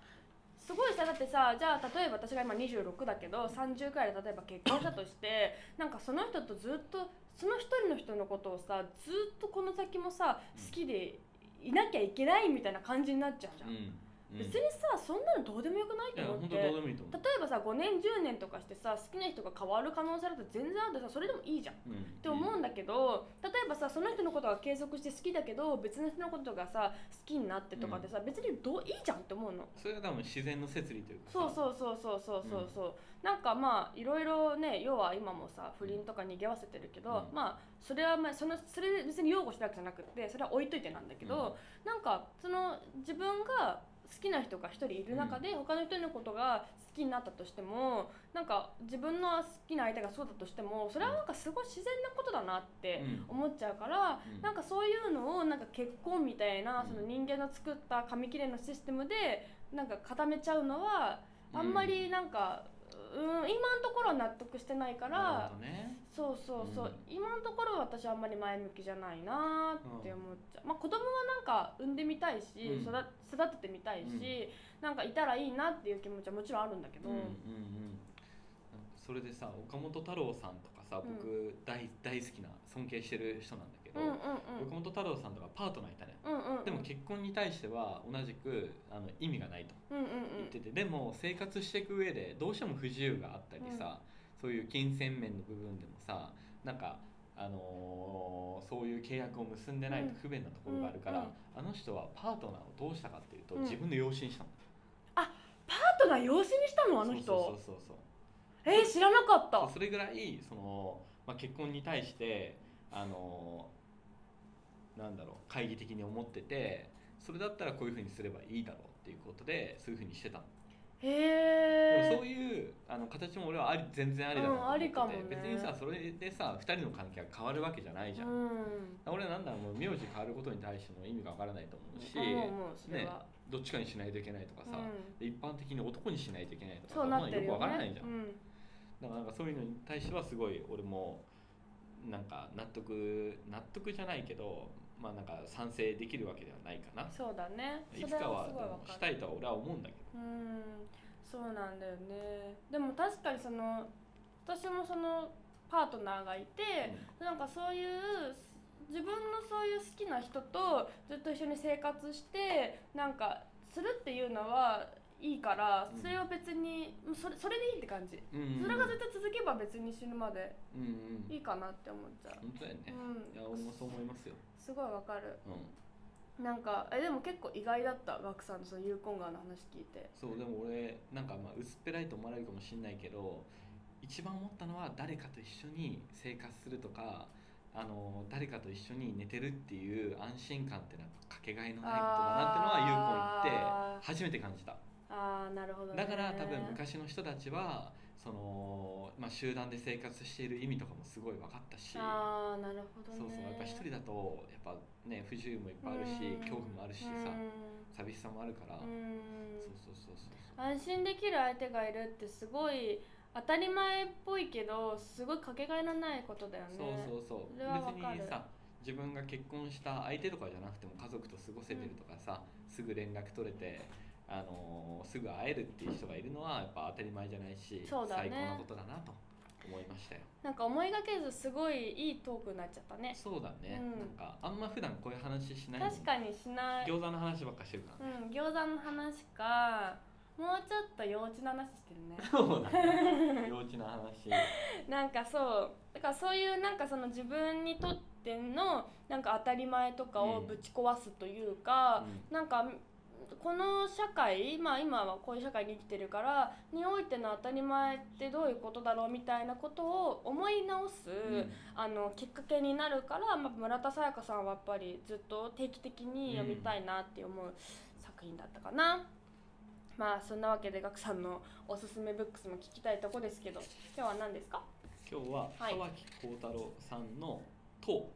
A: すごいさだってさじゃあ例えば私が今26だけど30くらいで例えば結婚したとして なんかその人とずっとその一人の人のことをさずっとこの先もさ
B: うん
A: 好きでいなきゃいけないみたいな感じになっちゃうじ
B: う
A: ゃ
B: ん
A: ん、
B: うん
A: 別にさそんなのどうでもよくない
B: い
A: と
B: や
A: 思
B: 本
A: って
B: 当どうでもいいと思
A: 例えばさ5年10年とかしてさ好きな人が変わる可能性だって全然あってさそれでもいいじゃん
B: ううん
A: って思うんだけど例えばさその人のことが継続して好きだけど別の人のことがさ好きになってとかってさ、別にどういいじゃんって思うの
B: それが多分自然の摂理というか
A: そう
B: う
A: そうそうそうそうそうそう、なんかまあいろいろね要は今もさ不倫とかにぎわせてるけど、
B: うん
A: まあそれはまあそのそれ別に擁護したわけじゃなくてそれは置いといてなんだけど、なんかその自分が好きな人が一人いる中で、他の人のことが好きになったとしてもなんか自分の好きな相手がそうだとしてもそれはなんかすごい自然なことだなって
B: うん
A: 思っちゃうから、
B: うん
A: なんかそういうのをなんか結婚みたいな、
B: うん
A: その人間の作った紙切れのシステムでなんか固めちゃうのはあんまりなんか、うん、今のところは納得してないか
B: なる
A: ら
B: ほどね
A: そうそうそう、
B: うん
A: 今のところは私はあんまり前向きじゃないなーって思っちゃう、まあ子供はなんか産んでみたいし、
B: うん
A: 育育ててみたいし、なんかいたらいいなっていう気持ちはもちろんあるんだけど、
B: うんうんうんなんかそれでさ岡本太郎さんとかさ僕、大大好きな尊敬してる人なんだけど、
A: うんうんうん
B: 岡本太郎さんとかパートナーいたね、
A: うんうんうん
B: でも結婚に対しては同じくあの意味がないと
A: うんうん
B: 言ってて、でも生活していく上でどうしても不自由があったりさ、そういう金銭面の部分でもさなんか、あのーそういう契約を結んでないと不便なところがあるから、
A: うんうん
B: あの人はパートナーをどうしたかっていうと、
A: うん
B: 自分の養子にしたの
A: パートナー養子にしたのあの人
B: そうそうそうそう
A: えー知らなかっ
B: そう
A: た
B: それぐらいその、まあ、結婚に対してあのなんだろう懐疑的に思っててそれだったらこういうふうにすればいいだろうっていうことでそういうふうにしてたの
A: へえ
B: でもそういうあの形も俺はあり全然ありだなと思ってて、
A: うんありかもね
B: 別にさそれでさ2人の関係が変わるわけじゃないじゃん、
A: うん
B: 俺はなんだろうもう名字変わることに対しても意味がわからないと思うし、
A: 思う思うそれ
B: ね
A: は、
B: どっちかにしないといけないとかさ、
A: うん
B: で一般的に男にしないといけないとかさ
A: そうなってる
B: まあよく
A: よ
B: わからな
A: ね
B: いじゃ
A: うんん
B: だからなんかそういうのに対してはすごい俺もなんか納得納得じゃないけどまあなんか賛成できるわけではないかな
A: そうだね
B: いつかは
A: そ
B: で
A: れは
B: も
A: すごいわ
B: し
A: か
B: た
A: る
B: いとは俺は思うんだけ
A: うんそうなんだよねでも確かにその私もそのパートナーがいて、なんかそういう自分のそういう好きな人とずっと一緒に生活してなんかするっていうのはいいから
B: うん
A: それは別に、もうそれそれでいいって感じ、
B: ど、うん
A: それが絶対続けば別に死ぬまで
B: うんうん
A: いいかなって思っちゃう、
B: 本当だよね、
A: うん
B: いや俺もそう思いますよ
A: すごいわかる
B: うん
A: なんかえでも結構意外だったガクさんのそのユーコンガーの話聞いて
B: そうでも俺なんかまあ薄っぺらいと思われるかもしれないけど一番思ったのは誰かと一緒に生活するとかあの誰かと一緒に寝てるっていう安心感ってなんかかけがえのないことだなっていうのは有効言って初めて感じた
A: ああなるほど、ね、
B: だから多分昔の人たちはその、まあ、集団で生活している意味とかもすごい分かったし
A: ああなるほどね
B: そうそうやっぱ一人だとやっぱね不自由もいっぱいあるし
A: うん
B: 恐怖もあるしさ
A: う
B: 寂しさもあるから
A: んうん
B: そうそうそうそう
A: 安心できる相手がいるってすごい当たり前っぽいけどすごいかけがえのないことだよね
B: そうそうそう
A: それはわかる
B: 別にさ自分が結婚した相手とかじゃなくても家族と過ごせてるとかさ、すぐ連絡取れて、あのーすぐ会えるっていう人がいるのはやっぱ当たり前じゃないし、
A: そうだね
B: 最高なことだなと思いましたよ
A: なんか思いがけずすごいいいトークになっちゃったね
B: そうだね、
A: うん
B: なんかあんま普段こういう話しないもん
A: 確かにしない
B: 餃子の話ばっかしてるから
A: うん
B: ね、
A: 餃子の話かもうちょっと幼稚な話してるね
B: そうだ ね幼稚な話
A: なんかそうだからそういうなんかその自分にとってのなんか当たり前とかをぶち壊すというか、
B: う
A: なんかこの社会、まあ、今はこういう社会に生きてるからにおいての当たり前ってどういうことだろうみたいなことを思い直す、
B: うん
A: あのきっかけになるから、まあ、村田沙耶香さんはやっぱりずっと定期的に読みたいなって思う作品だったかな。まあそんなわけでガクさんのおすすめブックスも聞きたいとこですけど今日は何ですか
B: 今日は
A: はい
B: 沢木耕太郎さんの「塔」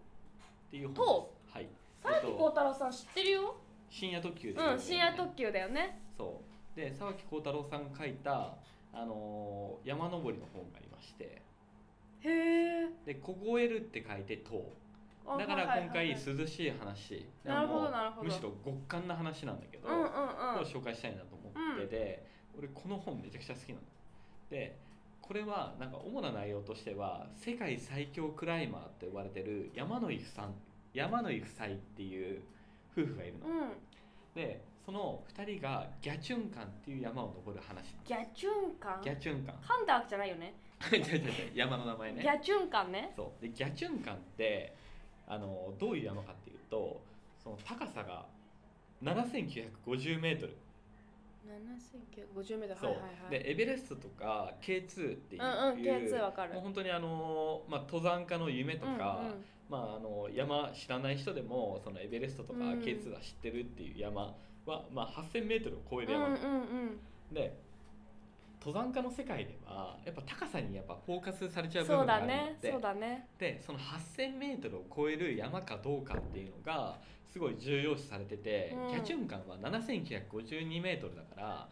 B: っていう本
A: 塔
B: ですはい
A: 佐々
B: え
A: 木
B: っ
A: 幸
B: と
A: 太郎さん知ってるよ、
B: 深夜特急
A: うん深夜特急だよね
B: そうで沢木耕太郎さんが書いた、あのー山登りの本がありまして
A: へえ
B: で「凍える」って書いて「塔」だから今回涼しい話
A: なるほど
B: もう
A: なるほど
B: むしろ極寒な話なんだけど、
A: うんうん
B: を
A: うん
B: 紹介したいなと思ってて、俺この本めちゃくちゃ好きなの。でこれはなんか主な内容としては世界最強クライマーって呼ばれてる山野井夫さん山野井夫妻っていう夫婦がいるの。
A: うん
B: でその2人がギャチュンカンっていう山を登る話
A: ギャチュンカン
B: ギャチュンカン
A: 噛んだわけじゃないよね
B: 違う違う違う山の名前
A: ギ
B: ね
A: ャチュンカンね
B: そうでギャチュンカンってあのどういう山かっていうとその高さが7950メートル
A: 7950メートル
B: そう、
A: はいはいはい
B: でエベレストとか K2 っていう,、
A: うんうん K2 わかる
B: もう本当にあの、まあ、登山家の夢とか、
A: うんうん
B: まあ、あの山知らない人でもそのエベレストとか
A: うん
B: K2 は知ってるっていう山は、まあ、8 0 0 0ルを超える
A: うん
B: 山、
A: うんうん
B: で登山家の世界ではやっぱ高さにやっぱフォーカスされちゃう部
A: そう
B: 分があ
A: だ
B: るの
A: ね
B: で
A: そうだね
B: でその 8,000m を超える山かどうかっていうのがすごい重要視されてて、
A: うん
B: ギャチュンカンは 7,952m だから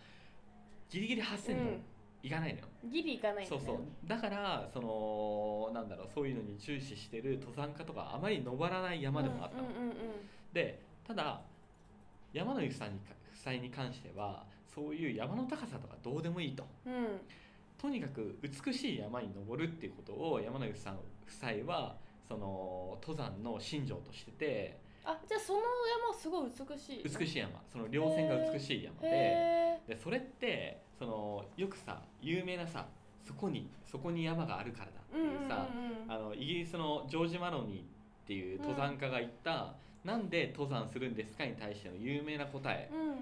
B: ギリギリ
A: う
B: 8,000
A: ん
B: いかないのよ、
A: ギリいかないよ
B: そう
A: ね
B: そうだからそのなんだろうそういうのに重視してる登山家とかあまり登らない山でもあったの、
A: うんうんうん
B: でただ山の夫妻にか夫妻に関してはそういう山の高さとかどうでもいいと。
A: うんうん
B: とにかく美しい山に登るっていうことを山之内さん夫妻はその登山の信条としてて
A: あじゃあその山すごい美しい
B: 美しい山その稜線が美しい山
A: へ
B: で
A: え
B: でそれってそのよくさ有名なさそこにそこに山があるからだって
A: うんうん
B: いううんさ、あのイギリスのジョージ・マロニーっていう登山家が言った、なんで登山するんですかに対しての有名な答え
A: うん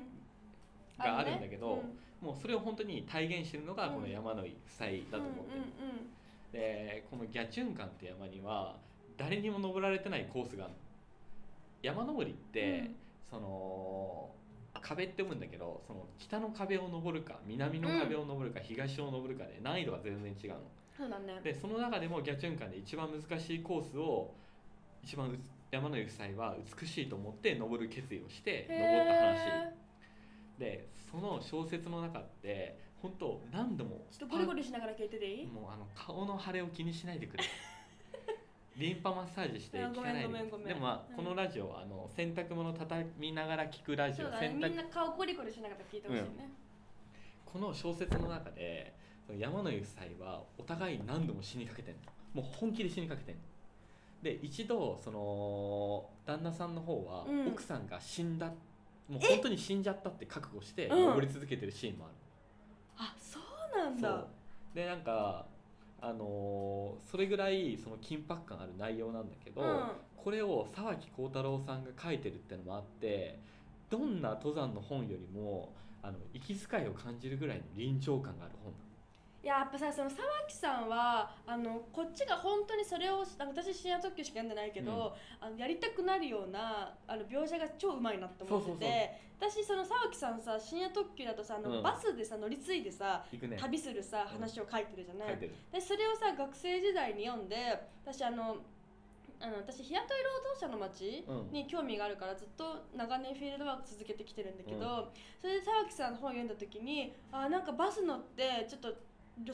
B: がある
A: ね
B: んだけど、
A: うん
B: もうそれを本当に体現してるのがこの山の夫妻だと思って
A: うんう
B: る、
A: ん
B: でこのギャチュンカンって山には誰にも登られてないコースがあるの山登りって、
A: うん
B: その壁って読むんだけどその北の壁を登るか南の壁を登るか、東を登るかで難易度が全然違うの。
A: そうだね
B: でその中でもギャチュンカンで一番難しいコースを一番うつ山の夫妻は美しいと思って登る決意をして登った話
A: へ
B: でその小説の中って本当何度も
A: ーちょっとゴリゴリしながら聞いてていい
B: もうあの顔の腫れを気にしないでくれ リンパマッサージして
A: あ
B: 聞
A: ご
B: か
A: めん
B: ない
A: ごめ
B: で
A: んごめん
B: でもま
A: う
B: あ
A: ん
B: このラジオはあの洗濯物畳みながら聞くラジ
A: そ
B: オ、
A: うだね
B: 洗
A: みん
B: 濯
A: な顔ゴリゴリしながら聞いてほしいね
B: この小説の中でその山の夫妻はお互い何度も死にかけてんのもう本気で死にかけてんので一度その旦那さんの方は
A: うん
B: 奥さんが死んだ、もう本当に死んじゃったって覚悟して
A: うん
B: 登り続けてるシーンもある、
A: あそうなん
B: そ
A: だ
B: うでなんかあのーそれぐらいその緊迫感ある内容なんだけど、
A: うん
B: これを沢木耕太郎さんが書いてるってのもあってどんな登山の本よりもあの息遣いを感じるぐらいの臨場感がある本なの
A: いややっぱさその沢木さんはあのこっちが本当にそれをあの私深夜特急しか読んでないけど、あのやりたくなるようなあの描写が超うまいなって思ってて
B: そうそ
A: 私
B: う
A: その沢木さんさ深夜特急だとさあの、
B: うん
A: バスでさ乗り継いでさ
B: 行くね
A: 旅するさ
B: ん
A: 話を書いてるじゃない、
B: 書いてる
A: でそれをさ学生時代に読んで私あのあの私日雇い労働者の町
B: うん
A: に興味があるからずっと長年フィールドワーク続けてきてるんだけど、それで沢木さんの本読んだ時にあなんかバス乗ってちょっと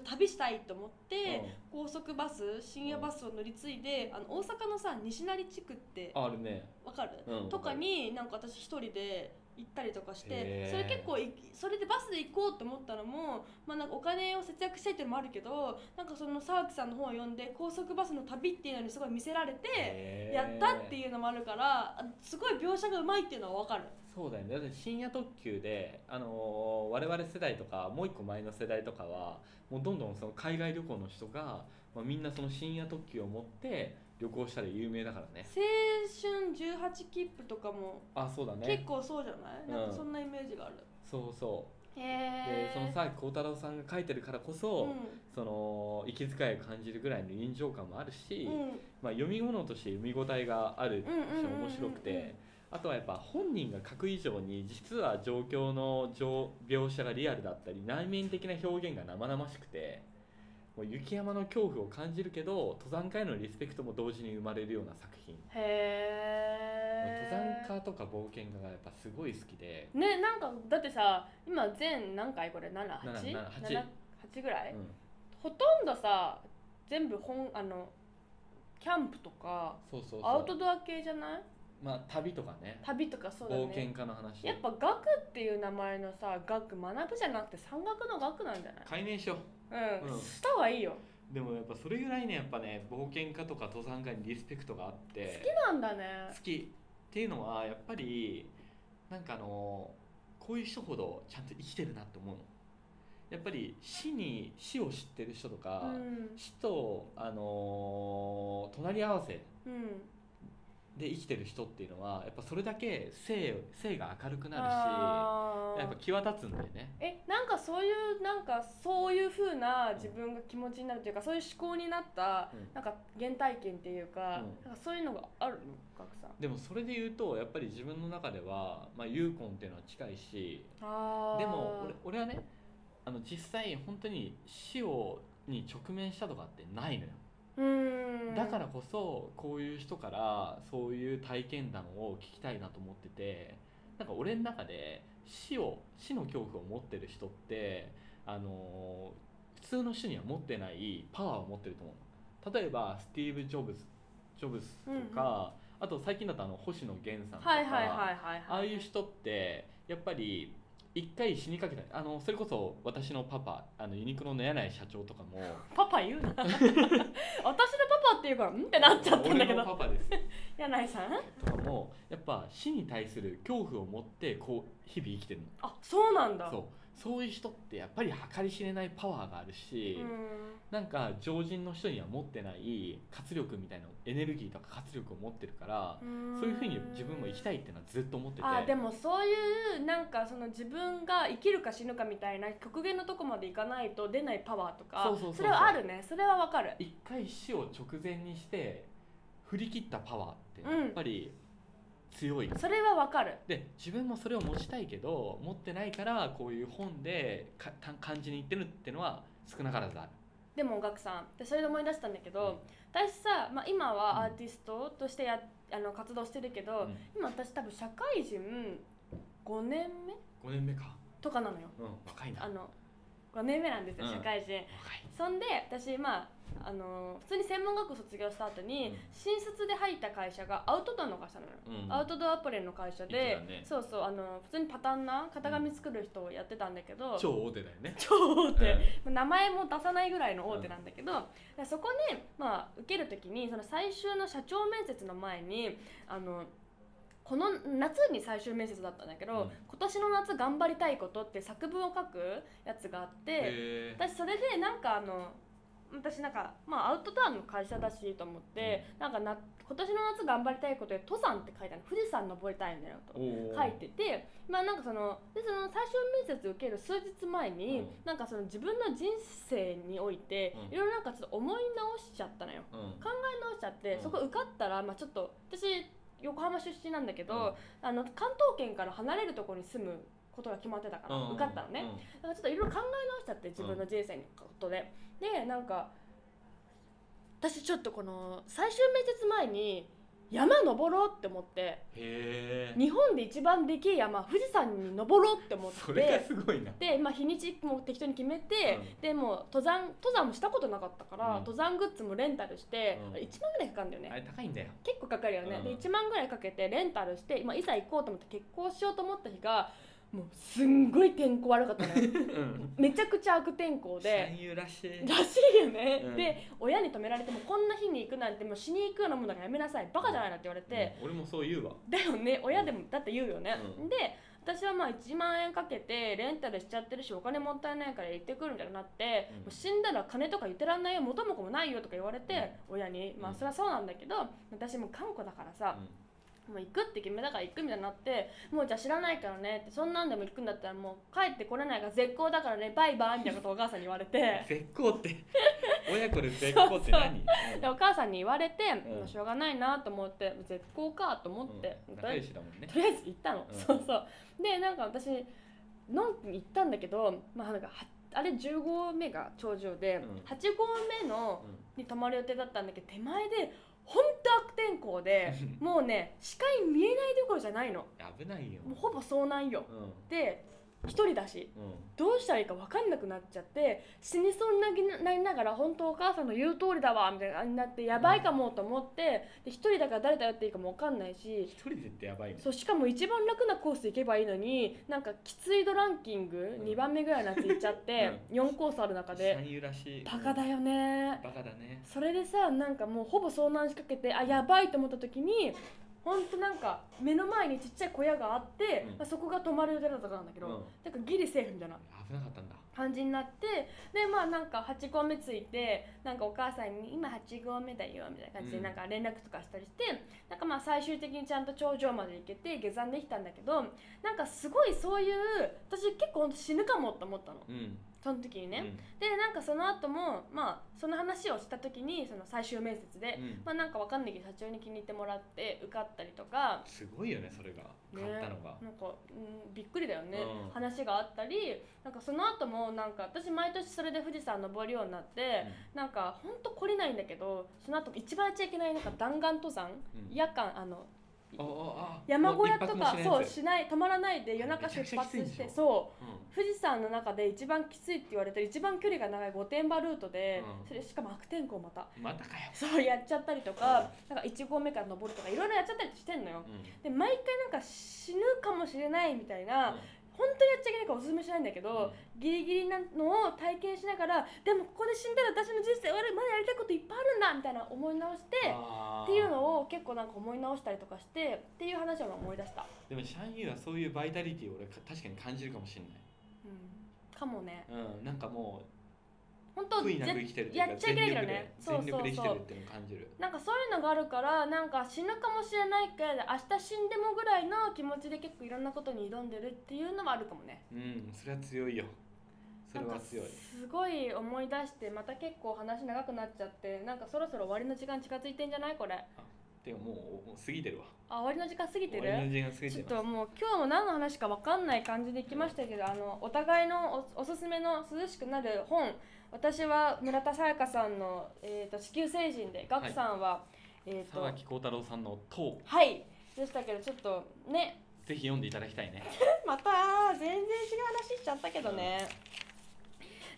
A: 旅したいと思って、高速バス深夜バスを乗り継いで、あの大阪のさ西成地区って
B: あるね
A: わかる、
B: うん
A: とかになんか私一人で行ったりとかし
B: へ
A: て
B: ー
A: それ結構いそれでバスで行こうと思ったのも、まあ、なんかお金を節約したいっていうのもあるけどなんかその沢木さんの本を読んで高速バスの旅っていうのにすごい見せられてやったって
B: う
A: いうのもあるからあすごい描写がうまいっていうのはわかる。
B: そうだよねだって深夜特急で、あのー我々世代とかもう一個前の世代とかはもうどんどんその海外旅行の人が、まあ、みんなその深夜特急を持って旅行したら有名だからね
A: 青春18切符とかも
B: あそうだ
A: 結
B: ね
A: 構そうじゃない、
B: うん
A: なんかそんなイメージがある。
B: そうそう
A: へ
B: で
A: え。
B: その沢木耕太郎さんが書いてるからこそ、
A: う
B: その息遣いを感じるぐらいの臨場感もあるし、
A: ん、うん、
B: まあ、読み物として読み応えがあるし
A: うんうんうんうん
B: 面白くてあとはやっぱ本人が書く以上に実は状況の状描写がリアルだったり内面的な表現が生々しくてもう雪山の恐怖を感じるけど登山家へのリスペクトも同時に生まれるような作品
A: へえ。
B: 登山家とか冒険家がやっぱすごい好きで、
A: ねなんかだってさ今全何回これ
B: 七七八
A: 7?8 ぐらい、
B: うん、
A: ほとんどさ全部本あのキャンプとか
B: そうそうそ
A: アウト
B: う、
A: ドア系じゃない
B: まあ、旅とかね
A: 旅とかそうだ
B: 冒
A: ね
B: 険家の話
A: やっぱ学っていう名前のさ学学ぶじゃなくて山岳の学なんじゃない
B: 解明しよう
A: うん、
B: うん
A: した方がいいよ
B: でもやっぱそれぐらいねやっぱね冒険家とか登山家にリスペクトがあって
A: 好きなんだね
B: 好きっていうのはやっぱりなんかあのこういう人ほどちゃんと生きてるなって思うのやっぱり死に死を知ってる人とか、
A: うん
B: 死とあのー隣り合わせ
A: うん
B: で生きてる人っていうのはやっぱそれだけ性性が明るくな
A: あ
B: る
A: ー
B: しやっぱ際立つんだよね
A: えなんかそういうなんかそういう風な自分が気持ちになるというかそういう思考になった、
B: うん
A: なんか原体験っていうか,、
B: うん
A: なんかそういうのがあるのガクさん
B: でもそれで言うとやっぱり自分の中ではまあユーコンっていうのは近いし
A: あー
B: でも俺俺はねあの実際本当に死をに直面したとかってないのよ
A: うーん
B: だからこそこういう人からそういう体験談を聞きたいなと思っててなんか俺の中で死を死の恐怖を持ってる人ってあのー普通の人には持ってないパワーを持ってると思うの例えばスティーブ・ジョブズジョブズとか、あと最近だとあの星野源さんとか、
A: はいはいはいはいはい
B: ああいう人ってやっぱり一回死にかけたあのそれこそ私のパパあのユニクロの柳井社長とかも
A: パパ言うな私のパパっていうからんって なっちゃったんだけど
B: 俺のパパです
A: 柳井さん
B: とかもやっぱ死に対する恐怖を持ってこう日々生きてるの
A: あそうなんだ
B: そうそういう人ってやっぱり計り知れないパワーがあるし、
A: うん
B: なんか常人の人には持ってない活力みたいなエネルギーとか活力を持ってるから、そういうふうに自分も生きたいっていうのはずっと思ってて
A: あでもそういうなんかその自分が生きるか死ぬかみたいな極限のとこまでいかないと出ないパワーとか
B: そうそうそうそう
A: れはあるねそれはわかる
B: 一回死を直前にして振り切ったパワーって
A: うん
B: やっぱり強い、
A: それはわかる
B: で自分もそれを持ちたいけど持ってないからこういう本でかた感じにいってるっていうのは少なからずある。
A: でも学さんでそれで思い出したんだけど、私さ、まあ、今はアーティストとしてやあの活動してるけど、
B: うん
A: 今私多分社会人5年目
B: 5年目か、
A: とかなのよ
B: うん、若いな
A: あの5年目なんですよ、
B: うん
A: 社会人
B: 若い
A: そんで私まああのー普通に専門学校卒業した後に、
B: うん
A: 新卒で入った会社がアウトドアの会社なのよ、
B: うん
A: アウトドアアパレルの会社
B: 言
A: で、
B: ってたね
A: そうそうあの普通にパターンな型紙作る人をやってたんだけど、
B: 超大手だよね
A: 超大手、
B: うん
A: まあ名前も出さないぐらいの大手なんだけど、でそこに、まあ、受ける時にその最終の社長面接の前にあのこの夏に最終面接だったんだけど、
B: うん
A: 今年の夏頑張りたいことって作文を書くやつがあって。
B: へー
A: 私それでなんかあの私なんか、まあ、アウトドアの会社だしと思って、なんかな今年の夏頑張りたいことで登山って書いてある富士山登りたいんだよと
B: おー
A: 書いてて、まあ、なんかそのでその最終面接受ける数日前に、
B: うん
A: なんかその自分の人生において、
B: うん
A: いろいろなんかちょっと思い直しちゃったのよ。
B: うん
A: 考え直しちゃって、
B: うん
A: そこ受かったら、まあ、ちょっと私横浜出身なんだけ
B: うん
A: ど、あの関東圏から離れるところに住むことが決まってたから、受かったのね。だからちょっといろいろ考え直しちゃって自分の人生のことで、でなんか私ちょっとこの最終面接前に山登ろうって思って
B: へえ
A: 日本で一番でけえ山富士山に登ろうって思っ
B: それが
A: て
B: すごいな
A: で、まあ、日にちも適当に決めて、
B: うん
A: でもう登山登山もしたことなかったから、
B: うん
A: 登山グッズもレンタルして、
B: うん
A: あれ1万ぐらいかかるんだよね
B: あれ高いんだよ
A: 結構かかるよね、
B: うん
A: で1万ぐらいかけてレンタルして今いざ行こうと思って結婚しようと思った日がもうすんごい天候悪かったのよ
B: うん
A: めちゃくちゃ悪天候で
B: 親友らしい
A: らしいよね、
B: うん
A: で親に止められてもこんな日に行くなんてもう死に行くようなもんだからやめなさいバカじゃないなって言われて、
B: うん俺もそう言うわ
A: だよね親でもだって言うよね、
B: うん
A: で私はまあ1万円かけてレンタルしちゃってるしお金もったいないから行ってくるみたいになって、
B: うん
A: もう死んだら金とか言ってらんないよ元も子もないよとか言われて、親にまあ
B: うん
A: そりゃそうなんだけど私も頑固だからさ、もう行くって決めたから行くみたいになってもうじゃあ知らないからねってそんなんでも行くんだったらもう帰ってこれないから絶好だからねバイバイみたいなことをお母さんに言われ
B: うん
A: て
B: 絶好って 親子で絶好って何
A: でお母さんに言われて、
B: ん
A: もうしょうがないなと思って絶好かと思
B: うん
A: って、
B: うん
A: とりあ
B: 仲
A: え
B: 良
A: ず
B: しだもんね
A: とりあえず行ったの、
B: うん
A: そうそうでなんか私のんきに行ったんだけど、まあ、なんかはあれ10合目が頂上で、
B: うん
A: 8合目の
B: うん
A: に泊まる予定だったんだけど手前で本当悪天候 でもうね視界見えないどころじゃないの
B: 危ないよ
A: もうほぼ遭難よ
B: うん
A: で一人だし
B: うん
A: どうしたらいいか分かんなくなっちゃって死にそうになりなりながら本当お母さんの言う通りだわみたいな感じになってやばいかもと思ってで一人だから誰だよっていいかも分かんないし
B: 一人でってやばいね
A: そうしかも一番楽なコース行けばいいのになんかきつい度ランキング
B: うん
A: 2番目ぐらいのやつ行っちゃって4コースある中で
B: 親友らしい
A: バカだよね
B: バカだね
A: それでさなんかもうほぼ遭難しかけてあやばいと思った時にほんとなんか目の前にちっちゃい小屋があって、
B: う
A: ま
B: ん
A: あ、そこが泊まる予定だったからなんだけ
B: う
A: ど、
B: ん
A: なんかギリセーフみたいな
B: 危なかったんだ
A: 感じになってでまあなんか8合目ついてなんかお母さんに「今8合目だよ」みたいな感じで
B: うん
A: なんか連絡とかしたりして、なんかまあ最終的にちゃんと頂上まで行けて下山できたんだけどなんかすごいそういう私結構ほんと死ぬかもと思ったの
B: うん
A: その時にね。でなんかその後もまあその話をした時にその最終面接で、
B: うん
A: まあなんかわかんないけど社長に気に入ってもらって受かったりとか。
B: すごいよねそれが
A: ね
B: 買ったのが
A: なんか、うん、びっくりだよね、
B: うん
A: 話があったりなんかその後もなんか私毎年それで富士山登るようになって、なんかほんと懲りないんだけどその後一番やっちゃいけないなんか弾丸登山、
B: うん
A: 夜間あの
B: あああ
A: 山小屋と
B: 一泊もし
A: か
B: ないやつ
A: そうしない泊まらないで夜中
B: めちゃ
A: 出
B: くちゃき
A: 発
B: ついんで
A: し
B: しょ
A: てそう
B: うん
A: 富士山の中で一番きついって言われてる一番距離が長い御殿場ルートで、
B: うん
A: それしかも悪天候また
B: またかよ
A: そうやっちゃったりとかなんか1合目から登るとかいろいろやっちゃったりしてんのよ
B: うん
A: で毎回なんか死ぬかもしれないみたいな、本当にやっちゃいけないからおすすめしないんだけど、ギリギリなのを体験しながらでもここで死んだら私の人生終わるまだやりたいこといっぱいあるんだみたいな思い直して
B: っ
A: っていうのを結構なんか思い直したりとかしてっていう話を思い出した
B: でもシャンユーはそういうバイタリティを俺か確かに感じるかもしれない
A: うん、かもね
B: うん、なんかも
A: 本
B: う
A: 当
B: 悔いなく生
A: ぜ
B: きてるっていうか
A: やっちゃいけないけどねそ
B: 全
A: う
B: 力で全力
A: そうそ
B: で生きてるっ
A: う
B: ていうのを感じる
A: なんかそういうのがあるからなんか死ぬかもしれないけど明日死んでもぐらいの気持ちで結構いろんなことに挑んでるっていうのもあるかもね
B: うんそれは強いよそれは強い
A: なんかすごい思い出してまた結構話長くなっちゃってなんかそろそろ終わりの時間近づいてんじゃないこれ
B: でももうもう過ぎてるわ
A: あ終わりの時間過ぎて
B: 終
A: る
B: わりの時間過ぎ
A: ちょって
B: ま
A: ともう今日も何の話か分かんない感じでいきましたけどあのお互いのおおすすめの涼しくなる本私は村田沙耶香さんの「えー、と地球星人で」ガクさんは、えっ、
B: す沢
A: と
B: 木幸太郎さんの「塔
A: はいでしたけどちょっとね」
B: ぜひ読んでいただ きたいね
A: また全然違う話しちゃったけどね。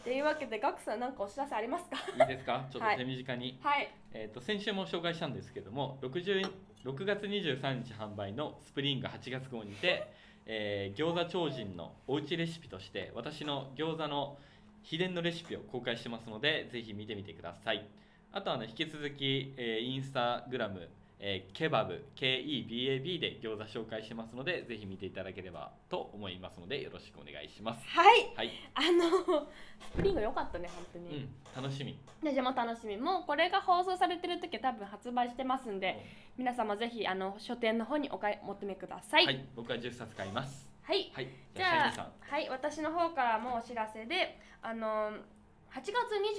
A: というわけでガクさんなんかお知らせありますか
B: いいですかちょっ
A: はい
B: と手短に、
A: はい
B: えー、と先週も紹介したんですけども60 6月23日販売のスプリング8月号にて、えー、餃子超人のおうちレシピとして私の餃子の秘伝のレシピを公開してますのでぜひ見てみてくださいあとはね引き続き、えーインスタグラム、えーケバブ KEBAB で餃子紹介してますのでぜひ見ていただければと思いますのでよろしくお願いします
A: はい
B: はい、
A: あのスプリング良かったね本当
B: う
A: に、
B: ん、楽しみ
A: でじゃあもう楽しみもうこれが放送されてる時は多分発売してますんで、皆様ぜひあの書店の方にお買い求めください。
B: は
A: はい。
B: い、僕は10冊買いますはい
A: じ
B: じゃあシャイ
A: ゃ
B: ニーさん
A: あ、はい、私の方からもお知らせで、あの8月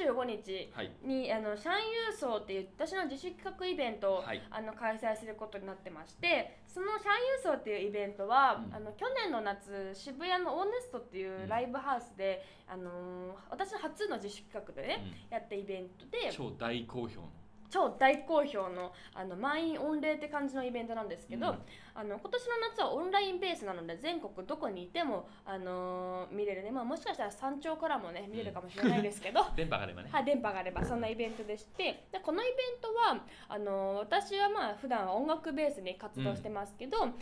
A: 25日
B: はい
A: にあのシャンユーソーっていう私の自主企画イベントを、
B: はい
A: あの開催することになってまして、そのシャンユーソーっていうイベントは、
B: うん
A: あの去年の夏渋谷のオーネストっていうライブハウスで、あの私の初の自主企画でね、やったイベントで。
B: 超大好評の
A: 超大好評のあの満員御礼って感じのイベントなんですけど、
B: うん
A: あの今年の夏はオンラインベースなので全国どこにいても、あのー見れるね、まあ、もしかしたら山頂からもね見れるかもしれないですけど、
B: 電波があればね、
A: はい、電波があればそんなイベントでしてでこのイベントはあの私はまあ普段は音楽ベースに活動してますけど、なんか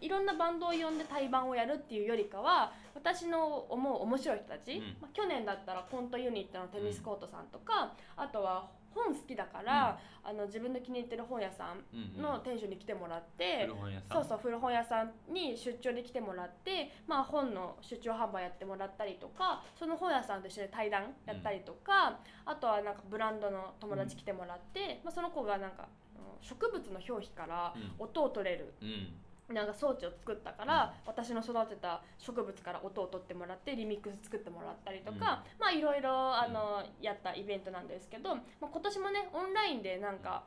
A: いろんなバンドを呼んで対バンをやるっていうよりかは私の思う面白い人たち、
B: うん
A: まあ、去年だったらコントユニットのテニスコートさんとか、あとは本好きだから、あの自分の気に入ってる本屋さん
B: うんうん
A: の店主に来てもらって。
B: 古本屋さん
A: そうそう古本屋さんに出張に来てもらって、まあ、本の出張販売やってもらったりとかその本屋さんと一緒に対談やったりとか、あとはなんかブランドの友達来てもらって、まあ、その子がなんかあの植物の表皮から
B: うん
A: 音を取れる
B: うん
A: なんか装置を作ったから、私の育てた植物から音を取ってもらってリミックス作ってもらったりとか、
B: うん
A: まあいろいろあの、やったイベントなんですけど、まあ、今年もねオンラインでなんか、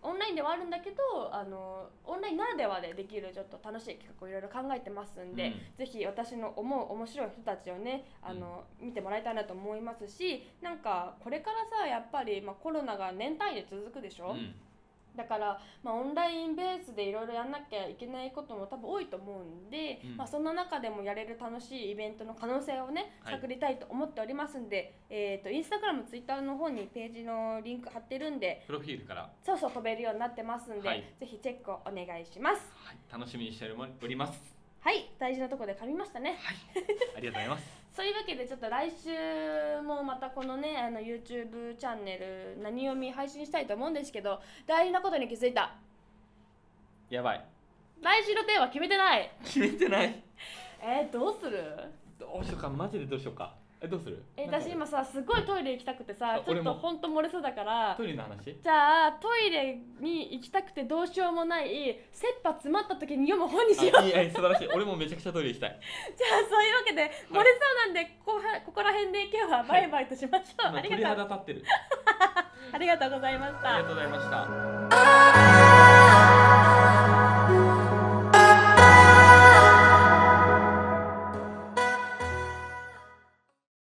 A: オンラインではあるんだけどあのオンラインならではでできるちょっと楽しい企画をいろいろ考えてますんで、
B: うん
A: ぜひ私の思う面白い人たちをねあの、見てもらいたいなと思いますしなんかこれからさやっぱり、まあ、コロナが年単位で続くでしょ、
B: うん
A: だから、まあ、オンラインベースでいろいろやんなきゃいけないことも多分多いと思うんで、
B: うん
A: まあ、そんな中でもやれる楽しいイベントの可能性をね
B: はい
A: 探りたいと思っておりますんで、えっとインスタグラムツイッターの方にページのリンク貼ってるんで
B: プロフィールから、
A: そうそう飛べるようになってますんで、
B: はい
A: ぜひチェックをお願いします
B: はい、楽しみにしてお ります
A: はい大事なとこで噛みましたね
B: ありがとうございます
A: そういうわけでちょっと来週もまたこのねあの YouTube チャンネル何読み配信したいと思うんですけど大事なことに気づいた
B: やばい
A: 来週のテーマ決めてない
B: 決めてない
A: えー、どうする
B: どうしようかマジでどうしようかえどうする
A: え
B: なんか
A: 私今さすごいトイレ行きたくてさ
B: あ
A: ちょ
B: 俺
A: っ
B: も
A: とほんと漏れそうだから
B: トイレの話
A: じゃあトイレに行きたくてどうしようもない切羽詰まった時に読む本にしようじゃあ
B: あいいえ素晴らしい俺もめちゃくちゃトイレしたい
A: そういうわけで漏れそうなんで、ここはここら辺で今日はバイバイとしましょう、
B: 今
A: あ
B: 鳥
A: りがと
B: 肌
A: う
B: 立ってる
A: ありがとうございました
B: ありがとうございました